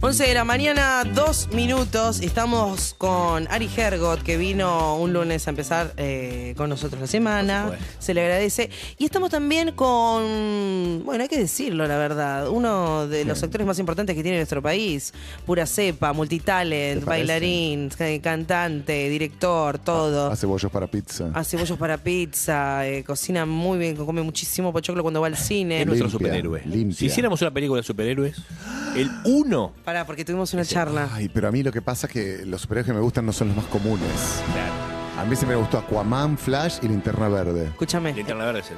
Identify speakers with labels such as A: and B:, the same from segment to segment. A: 11 de la mañana, dos minutos. Estamos con Ari Hergot, que vino un lunes a empezar eh, con nosotros la semana. Se le agradece. Y estamos también con, bueno, hay que decirlo, la verdad, uno de los actores más importantes que tiene nuestro país. Pura cepa, multitalent,
B: ¿Te parece?
A: bailarín, ca- cantante, director, todo.
B: Hace bollos para pizza.
A: Hace bollos para pizza, eh, cocina muy bien, come muchísimo pochoclo cuando va al cine.
B: Es
C: Es Eh, nuestro
B: Limpia,
C: superhéroe.
B: limpia.
C: Si hiciéramos una película de superhéroes, el uno.
A: Pará, porque tuvimos una charla.
B: Ay, pero a mí lo que pasa es que los superhéroes que me gustan no son los más comunes. A mí se me gustó Aquaman, Flash y Linterna Verde.
A: Escúchame.
C: Linterna Verde es el,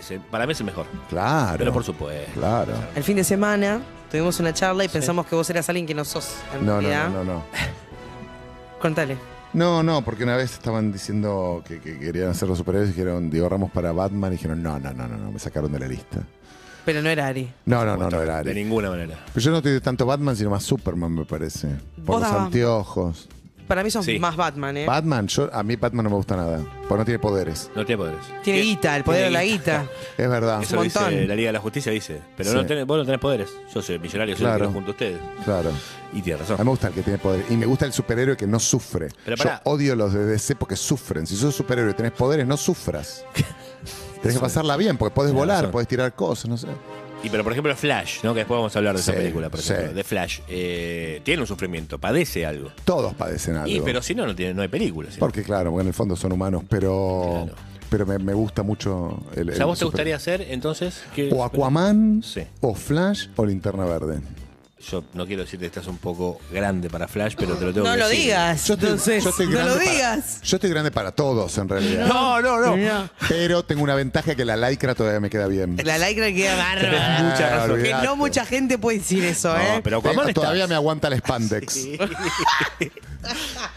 C: es el- para mí es el mejor.
B: Claro.
C: Pero por supuesto.
B: Claro.
A: El fin de semana tuvimos una charla y pensamos que vos eras alguien que no sos. En
B: No, no,
A: realidad.
B: no, no, no.
A: Contale.
B: No, no, porque una vez estaban diciendo que, que querían hacer los superhéroes y dijeron Diego Ramos para Batman y dijeron no, no, no, no, no, me sacaron de la lista.
A: Pero no era Ari.
B: No, no, no, no era
C: De
B: Ari.
C: ninguna manera.
B: Pero yo no estoy de tanto Batman, sino más Superman, me parece.
A: Vos
B: Por los
A: daba-
B: anteojos.
A: Para mí sos
C: Sí.
A: más Batman, ¿eh?
B: Batman, yo, a mí Batman no me gusta nada, porque no tiene poderes.
C: No tiene poderes.
A: tiene guita, el poder de
C: tiene
A: la
C: guita.
A: guita.
B: Es verdad.
C: Eso lo
A: montón.
C: dice la Liga de la Justicia, dice. Pero no
B: Sí.
C: tenés- vos no tenés poderes. Yo soy millonario, soy
B: Claro.
C: el que los junto a ustedes.
B: Claro.
C: Y tiene
B: A mí me
C: razón.
B: gusta el que tiene poder. Y me gusta el superhéroe que no sufre.
C: Pero
B: Yo
C: pará.
B: odio los de DC porque sufren. Si sos superhéroe y tenés poderes, no sufras. Tenés que pasarla bien, porque podés
C: Tenés
B: volar,
C: razón.
B: podés tirar cosas, no sé.
C: Y pero por ejemplo Flash, ¿no? Que después vamos a hablar de
B: Sí,
C: esa película, por
B: sí.
C: ejemplo. De Flash. Eh, tiene un sufrimiento, padece algo.
B: Todos padecen algo.
C: Y pero si no, no tiene, no hay película. si no.
B: Porque claro, porque en el fondo son humanos, pero,
C: Claro.
B: pero me, me gusta mucho el...
C: O sea,
B: el
C: ¿vos te
B: super-
C: gustaría hacer entonces? que
B: O Aquaman,
C: Sí.
B: o Flash, o Linterna Verde.
C: Yo no quiero decirte que estás un poco grande para Flash, pero te lo tengo
A: No
C: que
A: lo
C: decir.
A: digas.
B: Yo estoy-
A: Entonces,
B: yo estoy
A: no
B: grande
A: lo
B: para-
A: digas.
B: Yo estoy grande para todos, en realidad.
C: No, no, no.
B: Pero tengo una ventaja que la lycra todavía me queda bien.
A: La lycra queda bárbara.
B: Ah,
C: mucha razón.
A: Que
B: olvidate.
A: no mucha gente puede decir eso, ¿eh?
C: No, pero Aquaman
B: Te-
C: estás.
B: Todavía me aguanta el spandex.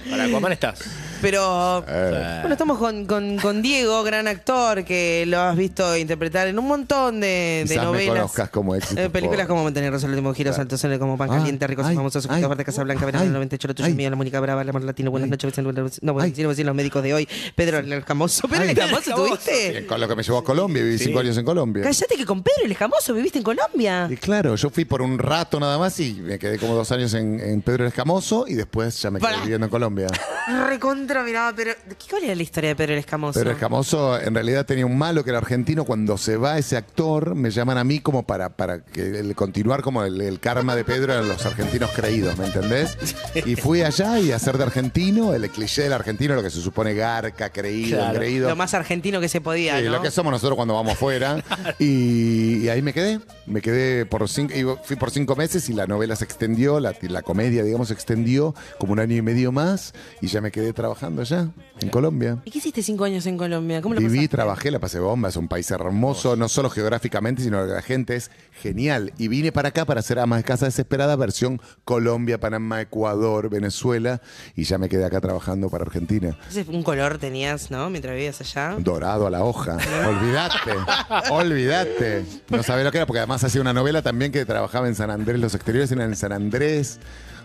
C: Para Aquaman estás.
A: Pero.
B: Eh,
A: Bueno, estamos con, con- con Diego, gran actor, que lo has visto interpretar en un montón de, de
B: Quizás me
A: novelas.
B: conozzas como éxito.
A: Eh, películas como Mantener Rosa, el último giro,
B: Claro.
A: Salto Sole, como Pan
B: Ah,
A: Caliente, Ricos y
B: ay,
A: Famosos,
B: ay,
A: Ojitos Verde, Casa Blanca, Verano
B: ay,
A: del 98, Lo tuyo
B: ay.
A: mío, La Mónica Brava, El Amor Latino, Buenas
B: Ay.
A: noches, Vicente, Buenas- no, bueno,
B: Ay.
A: sí, no, sí, los médicos de hoy, Pedro el Escamoso. ¿Pedro el
B: Ay.
A: Escamoso
B: eh,
A: tuviste?
B: Con lo que me llevó a Colombia, viví cinco años en Colombia.
A: Cállate que con Pedro el Escamoso viviste en Colombia.
B: Y claro, yo fui por un rato nada más y me quedé como dos años en, en Pedro el Escamoso y después ya me quedé
A: Pará.
B: viviendo en Colombia.
A: Recontra, miraba, pero. ¿qué- ¿Cuál era la historia de Pedro el Escamoso?
B: Pedro el Escamoso en realidad tenía un malo que era argentino. Cuando se va ese actor, me llaman a mí como para, para que el- continuar como el, el karma de Pedro eran los argentinos creídos, ¿me entendés? Y fui allá y a hacer de argentino, el cliché del argentino, lo que se supone garca, creído,
C: Claro.
B: creído.
A: Lo más argentino que se podía.
B: Sí,
A: ¿no?
B: lo que somos nosotros cuando vamos afuera. y, y ahí me quedé. Me quedé por cinco, y fui por cinco meses y la novela se extendió, la, la comedia, digamos, se extendió como un año y medio más. Y ya me quedé trabajando allá, en Colombia.
A: ¿Y qué hiciste cinco años en Colombia? ¿Cómo lo
B: Viví,
A: pasaste?
B: trabajé, la pasé bomba, es un país hermoso, no solo geográficamente, sino que la gente es genial. Y vine para acá para ser ama de casa desesperada, versión Colombia, Panamá, Ecuador, Venezuela, y ya me quedé acá trabajando para Argentina.
A: Entonces, un color tenías, ¿no? Mientras vivías allá.
B: Dorado a la hoja. Olvídate. Olvídate. No sabés lo que era, porque además hacía una novela también que trabajaba en San Andrés. Los exteriores eran en San Andrés.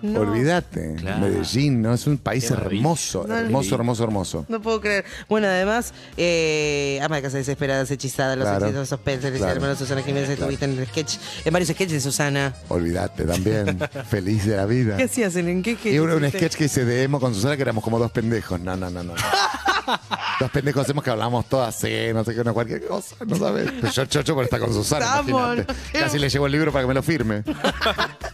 B: Olvídate.
C: Claro.
B: Medellín, ¿no? Es un país
C: Qué maravilla.
B: hermoso.
A: No,
B: hermoso, hermoso, hermoso.
A: No puedo creer. Bueno, además, eh, ama de casa desesperada, hechizada, los
B: Claro.
A: exitosos suspense,
B: Claro.
A: hermanos Susana Jiménez, estuviste en el sketch, en varios sketches de Susana.
B: Olvídate también. Feliz de la vida.
A: ¿Qué hacías? ¿En, en qué sketch?
B: Y un, un
A: hiciste?
B: sketch que hice de Emo con Susana que éramos como dos pendejos. No, no, no, no. Dos pendejos hacemos que hablábamos todas así, no sé qué, no cualquier cosa, no sabes. Pero yo chocho por estar con Susana,
A: Estamos,
B: imagínate.
A: no.
B: Casi le llevo el libro para que me lo firme.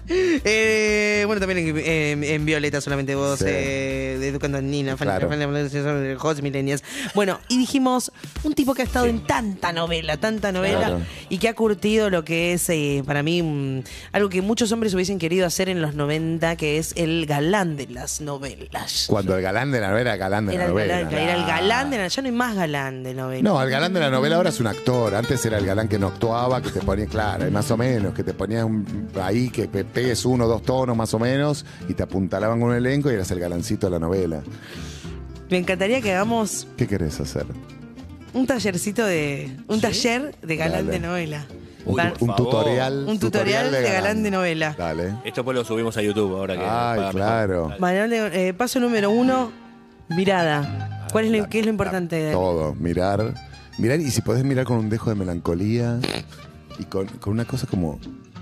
A: Eh, bueno, también en, en- en Violeta, solamente vos,
B: Sí.
A: eh, de educando a Nina, Fanny,
B: Claro.
A: Fanny, Fanny, Fanny, Host Millennials. Bueno, y dijimos, un tipo que ha estado en tanta novela, tanta novela,
B: Claro.
A: y que ha curtido lo que es, eh, para mí, mm, algo que muchos hombres hubiesen querido hacer en los 90, que es el galán de las novelas.
B: Cuando el galán de la novela, el galán de
A: Era
B: la
A: el,
B: novela.
A: galán, era el galán de la ya no hay más galán de novela.
B: No, el galán de la novela ahora es un actor. Antes era el galán que no actuaba, que te ponía, claro, más o menos, que te ponía un- ahí, que pe- pegues uno o dos tonos más o menos, y te apuntalaban con un elenco y eras el galancito de la novela.
A: Me encantaría que hagamos
B: ¿Qué querés hacer?
A: un tallercito de. un taller de galán
B: Dale.
A: de novela.
C: Uy,
A: Para-
C: por
B: Un
C: favor.
B: tutorial.
A: Un tutorial de galán de novela.
B: Dale.
C: Esto pues lo subimos a YouTube ahora que.
B: Ay,
C: pagan
B: claro.
A: Manuel de- eh,
B: Ah,
A: paso número uno, mirada. ¿Cuál es lo, ¿Qué es lo importante?
B: Todo, mirar, Mirar, y si podés mirar con un dejo de melancolía y con, con una cosa como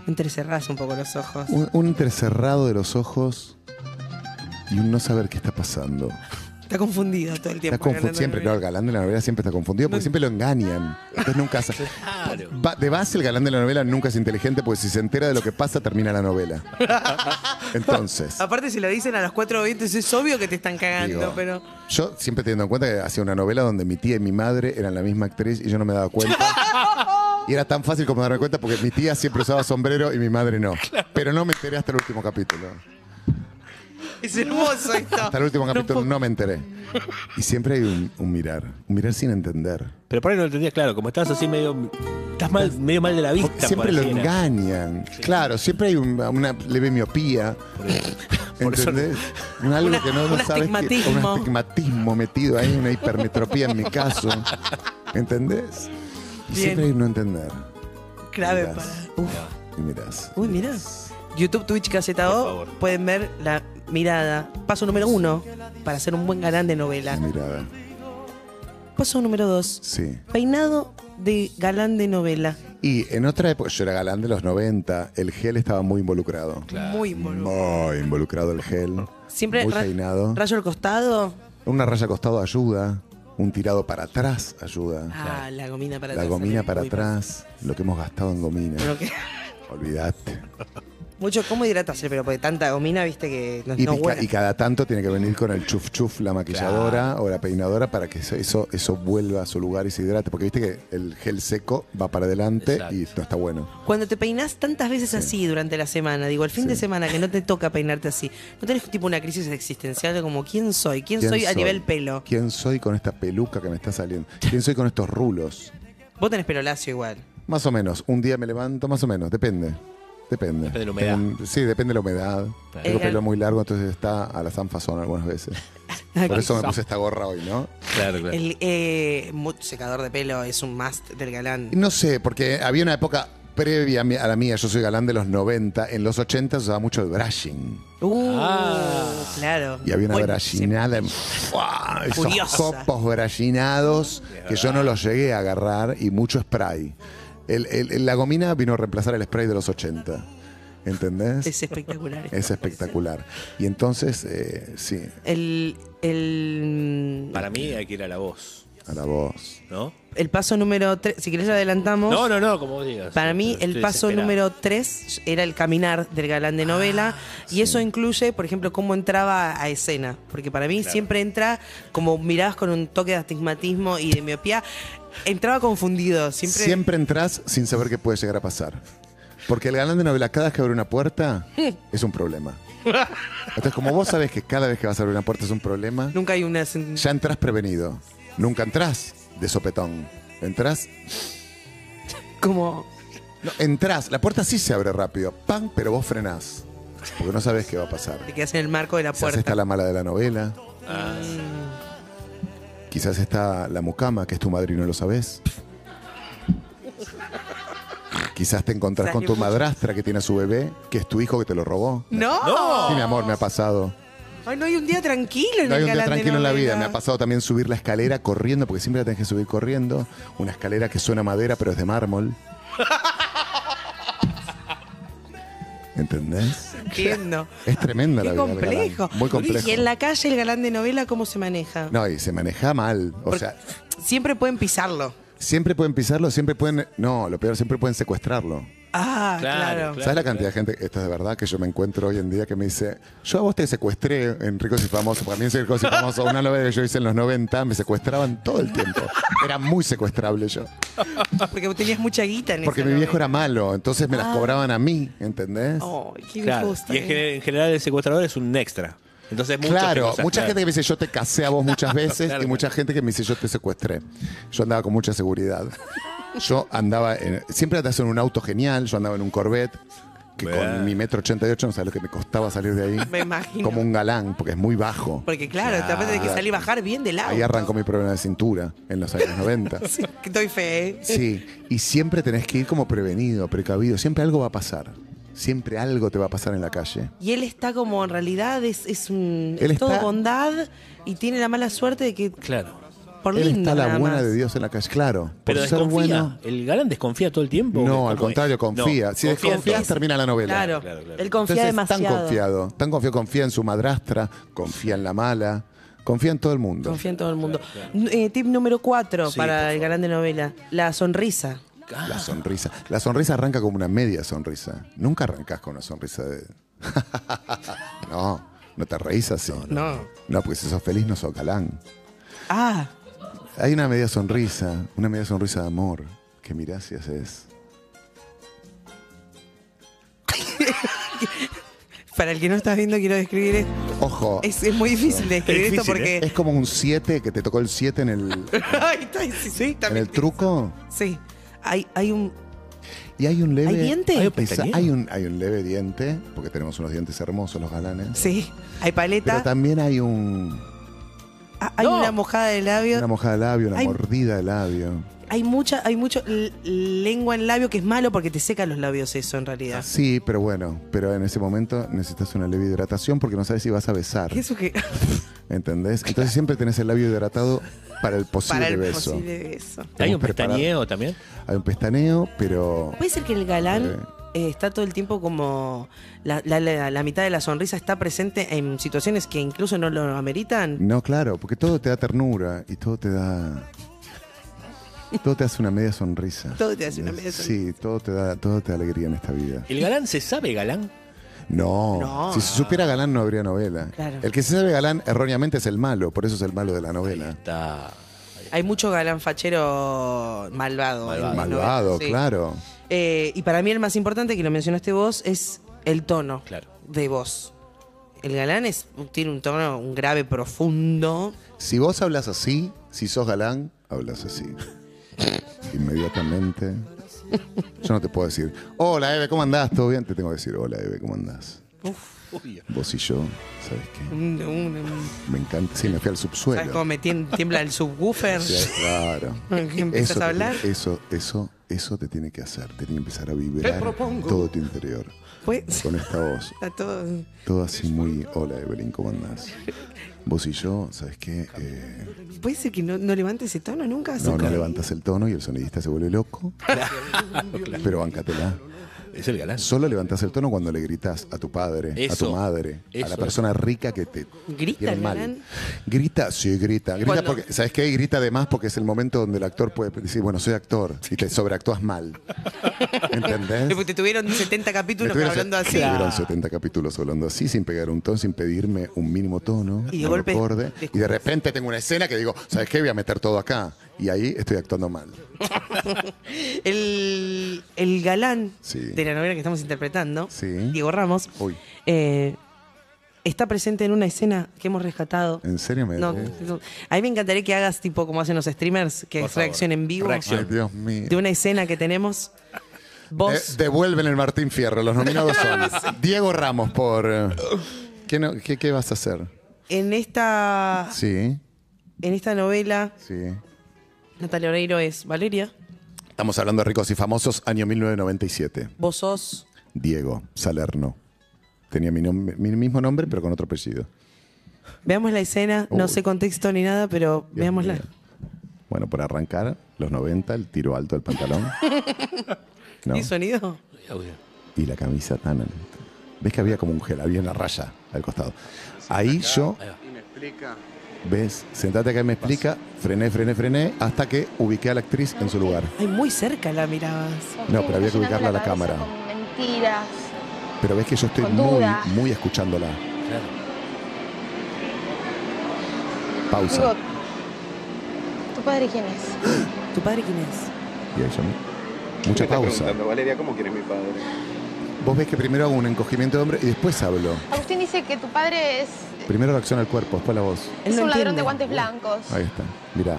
A: Entrecerrás un poco los ojos.
B: un, un entrecerrado de los ojos y un no saber qué está pasando.
A: Está confundido todo el tiempo.
B: Está confu-
A: Ganando
B: siempre,
A: la
B: no, el galán de la novela siempre está confundido porque siempre lo engañan. Entonces nunca sa-
C: Claro.
B: Va- de base, el galán de la novela nunca es inteligente porque si se entera de lo que pasa, termina la novela. Entonces.
A: Aparte, si lo dicen a los 4.20, es obvio que te están cagando,
B: digo,
A: pero.
B: Yo siempre teniendo en cuenta que hacía una novela donde mi tía y mi madre eran la misma actriz y yo no me daba cuenta. Y era tan fácil como darme cuenta porque mi tía siempre usaba sombrero y mi madre no. Pero no me enteré hasta el último capítulo.
A: Es hermoso esto.
B: Hasta el último capítulo no, me enteré. Y siempre hay un, un mirar, un mirar sin entender.
C: Pero por ahí no lo entendías, claro, como estás así medio. Estás mal, medio mal de la vista.
B: Porque siempre lo
C: pareciera.
B: engañan. Claro, siempre hay un- una leve miopía.
C: Por eso-
B: ¿Entendés? Un algo que no, no
A: un
B: sabes. que-
A: astigmatismo.
B: un astigmatismo metido ahí, una hipermetropía en mi caso. ¿Entendés? Y
A: Bien.
B: siempre hay un no entender.
A: Clave
B: Mirás.
A: para. Uf.
B: Y mirás.
A: Uy, mirá. YouTube, Twitch,
C: Por
A: Casetado,
C: favor.
A: pueden ver la mirada. Paso número uno, para ser un buen galán de
B: La
A: novela.
B: mirada.
A: Paso número dos,
B: Sí.
A: peinado de galán de novela.
B: Y en otra época, yo era galán de los 90, el gel estaba muy involucrado.
A: Muy involucrado.
B: Muy involucrado el gel.
A: Siempre
B: muy
A: ra-
B: peinado.
A: rayo al costado.
B: Una raya costado ayuda. Un tirado para atrás ayuda.
A: Ah, la gomina para
B: La
A: atrás.
B: gomina para
A: Uy,
B: atrás, lo que hemos gastado en gomina.
A: pero que-
B: Olvidate.
A: mucho, ¿cómo hidratas el pelo? Porque tanta gomina, viste que no,
B: Y,
A: no
B: y ca-
A: buena.
B: y cada tanto tiene que venir con el chuf chuf, la maquilladora o la peinadora para que eso, eso, eso vuelva a su lugar y se hidrate. Porque viste que el gel seco va para adelante y no está bueno.
A: Cuando te peinas tantas veces así durante la semana, digo, el fin de semana que no te toca peinarte así, ¿no tenés tipo una crisis existencial de como quién soy? ¿Quién, soy, a nivel pelo?
B: ¿Quién soy con esta peluca que me está saliendo? ¿Quién soy con estos rulos?
A: Vos tenés pelo lacio igual.
B: Más o menos. Un día me levanto, más o menos. Depende. Depende.
C: Depende de la humedad.
B: Tengo- sí, depende de la humedad. Tengo
A: Eh,
B: pelo muy largo, entonces está a la zanfazón algunas veces. Por eso me puse esta gorra hoy, ¿no?
C: Claro, claro.
A: El eh, mu- secador de pelo es un must del galán.
B: No sé, porque había una época previa a mi- a la mía, yo soy galán de los 90, en los 80 se usaba mucho el brushing.
A: Uh,
C: Ah.
A: claro.
B: Y había una
A: Bueno,
B: brashinada, ¡fua! esos
A: Furiosa.
B: copos brashinados que yo no los llegué a agarrar y mucho spray. El- el- el- la gomina vino a reemplazar el spray de los 80, ¿entendés?
A: sí, Es espectacular.
B: Es espectacular. Y entonces, eh, sí,
A: El, el,
C: Para mí hay que ir a la voz,
B: a la voz.
C: ¿no?
A: el paso número 3, si querés lo adelantamos.
C: No, no, no, como vos digas.
A: Para mí,
C: Estoy
A: el paso
C: desesperado. Ah,
A: número 3 era el caminar del galán de novela. y eso incluye, por ejemplo, cómo entraba a escena. Porque para mí siempre entra como miradas con un toque de astigmatismo y de miopía. Entraba confundido. Siempre.
B: Siempre, entras sin saber qué puede llegar a pasar. Porque el galán de novela, cada vez que abre una puerta, es un problema. Entonces, como vos sabés que cada vez que vas a abrir una puerta es un problema,
A: Nunca hay una.
B: ya entras prevenido. Nunca entras de sopetón. Entras.
A: Como.
B: No, entras. La puerta sí se abre rápido. ¡Pam! Pero vos frenás. Porque no sabés qué va a pasar.
A: Te quedas en el marco de la
B: Quizás está
A: puerta.
B: la mala de la novela.
A: Ah.
B: Quizás está la mucama, que es tu madre y no lo sabes. Quizás te encontrás con tu
A: Salió mucho.
B: madrastra que tiene a su bebé, que es tu hijo que te lo robó.
A: ¡No!
B: Sí, mi amor, me ha pasado.
A: Ay, no hay un día tranquilo en
B: No hay
A: el
B: un día
A: galán de
B: tranquilo en la vida.
A: novela.
B: Me ha pasado también subir la escalera corriendo, porque siempre la tenés que subir corriendo. Una escalera que suena a madera, pero es de mármol. ¿Entendés?
A: Entiendo.
B: Es tremenda la
A: Qué
B: vida. del galán.
A: complejo.
B: Muy complejo.
A: Y en la calle, el galán de novela, ¿cómo se maneja?
B: No, y se maneja mal. O
A: Porque
B: sea,
A: siempre pueden pisarlo.
B: siempre pueden pisarlo, siempre pueden. No, lo peor, siempre pueden secuestrarlo.
A: Ah,
C: Claro,
A: claro.
B: ¿Sabes la cantidad de gente, esto es de verdad, que yo me encuentro hoy en día que me dice, yo a vos te secuestré en Ricos y Famosos, para mí en Ricos y Famosos, una novela que yo hice en los 90, me secuestraban todo el tiempo. Era muy secuestrable yo.
A: Porque tenías mucha guita en
B: Porque
A: esa
B: mi viejo
A: novela.
B: era malo, entonces
A: Ah.
B: me las cobraban a mí, ¿entendés?
A: Ay, qué
C: Claro.
A: injusta,
C: Y en,
A: eh.
C: gen- en general, el secuestrador es un extra. Entonces, muchos
B: Claro,
C: te cruzan,
B: mucha
C: claro.
B: gente que me dice yo te casé a vos muchas veces
C: Claro.
B: y mucha gente que me dice yo te secuestré. Yo andaba con mucha seguridad. Yo andaba, en- siempre te en un auto genial, yo andaba en un Corvette, que
C: Bueno.
B: con mi metro 88 no sabes lo que me costaba salir de ahí.
A: Me imagino.
B: Como un galán, porque es muy bajo.
A: Porque claro, te aparte de que salir y bajar bien del agua.
B: Ahí arrancó mi problema de cintura en los años 90.
A: Estoy fe, ¿eh?
B: Sí, y siempre tenés que ir como prevenido, precavido. Siempre algo va a pasar. Siempre algo te va a pasar en la calle.
A: Y él está como, en realidad, es, es un...
B: Él
A: es todo
B: está-
A: bondad y tiene la mala suerte de que
C: Claro.
A: por
B: Él
A: lindo.
B: está la
A: nada
B: buena
A: más.
B: de Dios en la calle, claro.
C: Pero
B: por ser
C: desconfía.
B: bueno.
C: ¿El galán desconfía todo el tiempo?
B: No,
C: ¿Cómo
B: al
C: es?
B: contrario, confía.
C: No,
B: si
C: confía en
B: desconfías,
C: todo.
B: termina la novela.
A: Claro.
C: Claro, claro.
D: Él
B: Entonces,
D: confía demasiado.
B: Tan confiado, tan confiado, confía en su madrastra, confía en la mala, confía en todo el mundo.
A: Confía en todo el mundo. N- eh, tip número cuatro
C: Sí, por
A: para el galán de novela: la sonrisa.
B: La sonrisa. La sonrisa arranca como una media sonrisa. Nunca arrancás con una sonrisa de. no, no te reís así.
A: No.
B: No, porque si sos feliz no sos galán.
A: Ah,
B: Hay una media sonrisa, una media sonrisa de amor, que mirás y haces.
A: para el que no está viendo, quiero describir. es-
B: Ojo,
A: Es, es muy difícil de describir esto
C: difícil,
A: porque.
B: Oh. es ¿eh? como un 7 que te tocó el 7 en el,
A: Ay, está- sí, sí,
B: en
A: también.
B: el truco.
A: Sí. Hay, hay un.
B: Y hay un leve.
A: ¿Hay diente?
B: Hay,
A: ¿Hay
B: un pesa- hay un, hay un leve diente, porque tenemos unos dientes hermosos los galanes.
A: Sí. Hay
B: Pero
A: paleta.
B: también hay un,
A: ah, Hay una mojada de labio.
B: una mojada de labio, una
A: Hay-
B: mordida de labio.
A: Hay mucha, hay mucho l- lengua en labio que es malo porque te seca los labios eso en
C: Ah,
A: realidad.
B: Sí, pero bueno, pero en ese momento necesitas una leve hidratación porque no sabes si vas a besar.
A: ¿Qué es eso que
B: ¿Entendés? Entonces siempre tenés el labio hidratado para el posible
A: para el
B: beso.
A: posible beso?
C: ¿Hay un
B: Estamos preparados.
C: pestañeo también?
B: Hay un pestaneo, pero.
A: Puede ser que el galán eh, está todo el tiempo como la, la- la- la mitad de la sonrisa está presente en situaciones que incluso no lo ameritan.
B: No, claro, porque todo te da ternura y todo te da. Todo te hace una media sonrisa.
A: Todo te hace una media
B: Sí, todo te da, todo te da alegría en esta vida.
C: ¿El galán se sabe galán?
B: No.
A: No.
B: Si se supiera galán no habría novela.
A: Claro.
B: El que se sabe galán erróneamente es el malo, por eso es el malo de la novela.
C: Está.
A: Hay mucho galán fachero malvado. en las
B: Malvado,
A: novelas, sí.
B: claro.
A: Eh, y para mí el más importante que lo mencionaste vos es el tono
C: Claro.
A: de voz. El galán es, tiene un tono, un grave profundo.
B: Si vos hablas así, si sos galán, hablas así. Inmediatamente. Yo no te puedo decir, hola Eve, ¿cómo andás? ¿Todo bien? Te tengo que decir, hola Eve, ¿cómo andás? Vos y yo, ¿sabes qué?
A: Un- un- un-
B: Me encanta. Sí, me fui al
A: ¿Sabes cómo
B: subsuelo.
A: me tiem- tiembla el subwoofer?
B: Sí, claro.
A: ¿Qué empezás
B: Eso te
A: a hablar?
B: tiene- Eso, eso, eso te tiene que hacer. Te tiene que empezar a vibrar todo tu interior.
A: Pues,
B: Con esta voz.
A: a todos.
B: Todo así muy, hola Evelyn, ¿cómo andás? Vos y yo, ¿sabes qué? Eh,
A: Puede ser que no, no levante ese tono nunca.
B: no, no
A: Azúcar.
B: levantas el tono y el sonidista se vuelve loco. Pero bancatela.
C: Oh, Es el galán.
B: Solo levantas el tono cuando le gritas a tu padre, a
C: Eso.
B: tu madre, a la
C: Eso.
B: persona rica que te
A: Grita,
B: tiene mal.
A: Hernán.
B: Grita, sí, grita. Grita
A: Cuando-
B: porque, ¿sabes qué? Grita además porque es el momento donde el actor puede decir, bueno, soy actor, y te sobreactúas mal. ¿Entendés?
A: Tipo, Te tuvieron 70
B: Me
A: capítulos
B: tuvieron-
A: hablando así.
B: Claro, Tuvieron 70 capítulos hablando así, sin pegar un tono, sin pedirme un mínimo tono,
A: Y de
B: un
A: golpe-
B: acorde. Y de repente tengo una escena que digo, ¿sabes qué? Voy a meter todo acá. Y ahí estoy actuando mal.
A: El, el galán
B: Sí.
A: de la novela que estamos interpretando,
B: Sí.
A: Diego Ramos,
B: Uy.
A: eh, está presente en una escena que hemos rescatado.
B: ¿En serio me
A: No,
B: decís?
A: no. A mí me encantaría que hagas tipo como hacen los streamers, que
C: Por
A: es reacción
C: favor.
A: en vivo
C: Reacción.
B: Ay, Dios mío.
A: de una escena que tenemos. Vos,
B: Eh, devuelven el Martín Fierro. Los nominados son Diego Ramos por... eh, ¿Qué, no- qué- qué vas a hacer?
A: en esta,
B: Sí,
A: en esta novela,
B: sí.
A: Natalia Oreiro es Valeria.
B: Estamos hablando de Ricos y Famosos, año 1997.
A: Vos sos
B: Diego Salerno. Tenía mi, nom- mi mismo nombre, pero con otro apellido.
A: Veamos la escena, no
B: Uy.
A: sé contexto ni nada, pero
B: Dios
A: veámosla.
B: mío. Bueno, por arrancar, los 90, el tiro alto del pantalón. ¿No?
A: ¿Y sonido?
B: Y la camisa tan alta. ¿Ves que había como un gel? Había una raya al costado. Ahí yo. ¿Ves? Sentate acá y me explica. Frené, frené, frené. Hasta que ubiqué a la actriz en su lugar.
A: Ay, muy cerca la mirabas.
B: No, pero había que ubicarla a la cámara.
E: Con mentiras.
B: Pero ves que yo estoy
E: Con
B: muy,
E: duda.
B: muy escuchándola.
C: Claro.
E: Digo,
B: Pausa.
E: ¿tu padre quién es?
A: ¿Tu padre quién es?
B: Y ahí yo- Mucha pausa.
F: Valeria, ¿cómo quieres mi padre?
B: Vos ves que primero hago un encogimiento de hombro y después hablo.
E: Agustín dice que tu padre es,
B: Primero reacciona el cuerpo, después la voz.
E: es
A: Él no
E: un
A: entiende.
E: ladrón de guantes blancos.
B: Ahí está. Mira,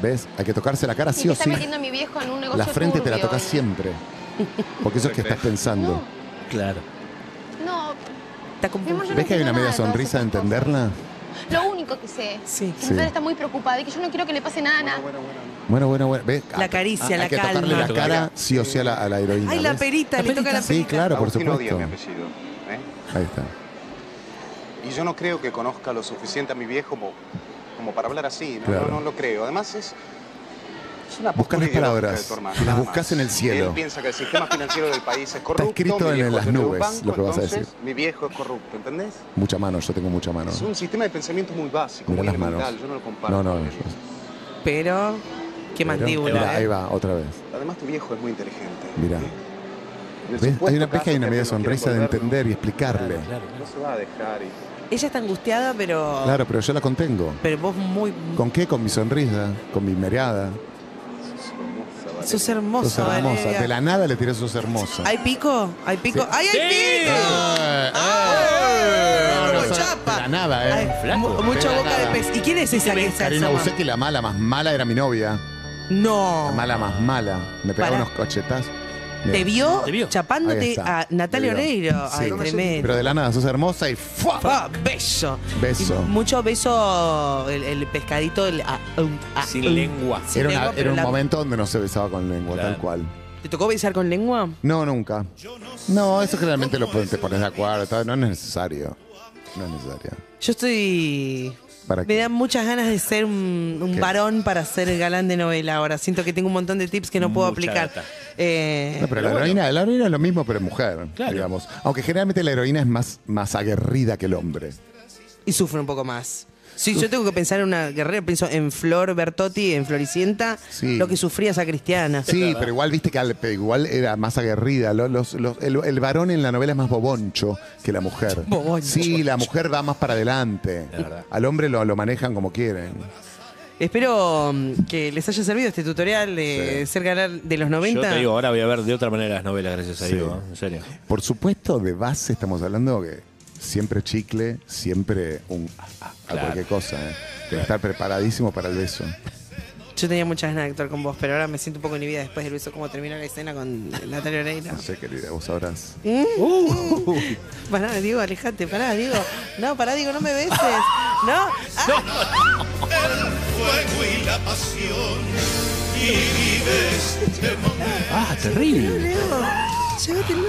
B: ¿ves? Hay que tocarse la cara
E: Y
B: sí
E: que
B: o
E: está
B: sí.
E: metiendo a mi viejo en un negocio
B: La frente te la
E: turbio
B: tocas
E: y-
B: siempre. Porque eso es que estás pensando.
E: No,
C: Claro.
E: no.
A: Está como-
E: Mi amor, yo no
B: ¿Ves que hay una
E: entiendo nada
B: media
E: de todas
B: sonrisa de
E: esas cosas.
B: entenderla?
E: Lo único que sé
A: Sí.
E: es que
B: Sí.
E: mi padre está muy preocupado y que yo no quiero que le pase nada a Ana.
B: Bueno, bueno, bueno. ¿Ves? Ah,
A: La caricia, la
B: Hay que
A: calma.
B: tocarle la cara sí o sí a la, a la heroína.
A: Ay, la
B: ¿ves?
A: perita, le toca la perita.
B: Sí, claro, por
F: Agustín odia
B: supuesto.
F: mi apellido. ¿eh?
B: Ahí está.
F: Y yo no creo que conozca lo suficiente a mi viejo como
D: como para hablar así, no,
B: Claro.
D: no, no lo creo. Además es, es una
B: Buscá
D: postura
B: las palabras,
D: ideológica de tu hermano,
B: las
D: nada
B: buscás
D: más.
B: en el cielo.
D: Él piensa que el sistema financiero del país es corrupto.
B: escrito
D: mi
B: en
D: viejo
B: las
D: es dueño de un
B: nubes
D: banco,
B: lo que vas a decir.
D: entonces Mi viejo es corrupto, ¿entendés?
B: Mucha mano, yo tengo mucha mano.
D: Es un sistema de pensamiento muy básico,
B: Mirá
D: muy
B: las manos.
D: elemental, yo no lo comparto.
B: No, no,
D: con
B: no.
D: ellos.
A: Pero, qué
B: Ahí va,
A: mandíbula.
B: Ahí
A: eh.
B: va, otra vez.
D: Además tu viejo es muy inteligente.
B: Mirá.
D: ¿eh? En el
B: ¿Ves? Hay
D: supuesto
B: una pesca y
D: caso
B: una media
D: que alguien no quiera
B: sonrisa de
D: volver, no-
B: entender y explicarle.
D: No se va a dejar y...
A: Ella está angustiada, pero.
B: Claro, pero yo la contengo.
A: Pero vos muy.
B: ¿Con qué? Con mi sonrisa, con mi mirada.
A: Sos hermosa,
B: Sos hermosa.
A: Valeria.
B: De la nada le tiré sos hermosa.
A: ¿Hay pico? ¿Hay pico?
B: Sí.
A: ¡Ay, hay
B: Eh,
A: pico!
B: eh,
A: Ah,
B: no, no,
A: como
B: sos-
A: chapa.
B: De la nada,
A: Ay,
B: ¿eh?
A: mu- mucho
B: De la
A: boca
B: nada.
A: de pez. ¿Y quién es esa que se
B: Karina
A: asoma?
B: Busek y la mala más mala era mi novia.
A: No.
B: La mala más mala. Me pegaba
A: Pará.
B: unos cochetas.
A: Oh. Te vio,
C: Te vio.
B: Ahí
A: chapándote
B: está.
A: a Natalia
B: Te vio.
A: Oreiro. Ay,
B: Sí.
A: tremendo.
B: Pero de la nada, sos hermosa y ¡fua!
A: Ah, beso.
B: Beso.
A: Y mucho beso el, el pescadito. el ah, um, ah,
C: Sin
A: um.
C: lengua.
A: Sin
B: Era, una-
A: lengua,
B: era
A: pero
B: un
A: la-
B: momento donde no se besaba con lengua,
C: Claro.
B: tal cual.
A: ¿Te tocó besar con lengua?
B: No, nunca. No, eso generalmente lo pon- te pones de acuerdo. tal, No es necesario. No es necesario.
A: Yo estoy.
B: ¿Para
A: Me
B: qué?
A: dan muchas ganas de ser un, un
B: ¿Qué?
A: varón para ser galán de novela ahora. Siento que tengo un montón de tips que no puedo
C: Mucha
A: aplicar.
C: data.
A: Eh,
B: No, pero la heroína, la heroína es lo mismo, pero mujer,
C: Claro.
B: digamos. Aunque generalmente la heroína es más, más aguerrida que el hombre.
A: y sufro un poco más. Sí, yo tengo que pensar en una guerrera. Pienso en Flor Bertotti, en Floricienta,
B: Sí.
A: lo que sufría esa cristiana.
B: Sí, pero igual viste que al- pero igual era más aguerrida. Lo- los- los- el, el varón en la novela es más boboncho que la mujer.
A: Boboncho.
B: Sí, la mujer va más para adelante.
C: verdad.
B: Al hombre lo, lo manejan como quieren.
A: Espero mm, que les haya servido este tutorial de ser galán de los 90.
C: Yo te digo, ahora voy a ver de otra manera las novelas, gracias a
B: Sí.
C: Dios. En serio.
B: Por supuesto, de base estamos hablando que siempre chicle, siempre un ah, ah, a
C: Claro.
B: cualquier cosa. ¿eh? Pero Estar preparadísimo para el beso.
A: Yo tenía muchas ganas de actuar con vos, pero ahora me siento un poco inhibida después del beso, como termina la escena con Natalia Oreiro.
B: No sé, querida, vos sabrás.
A: Pará, Diego, alejate, pará, Diego. No, pará, Diego, no me beses. No, Ah,
C: Ah, terrible.
A: Diego, llévatelo.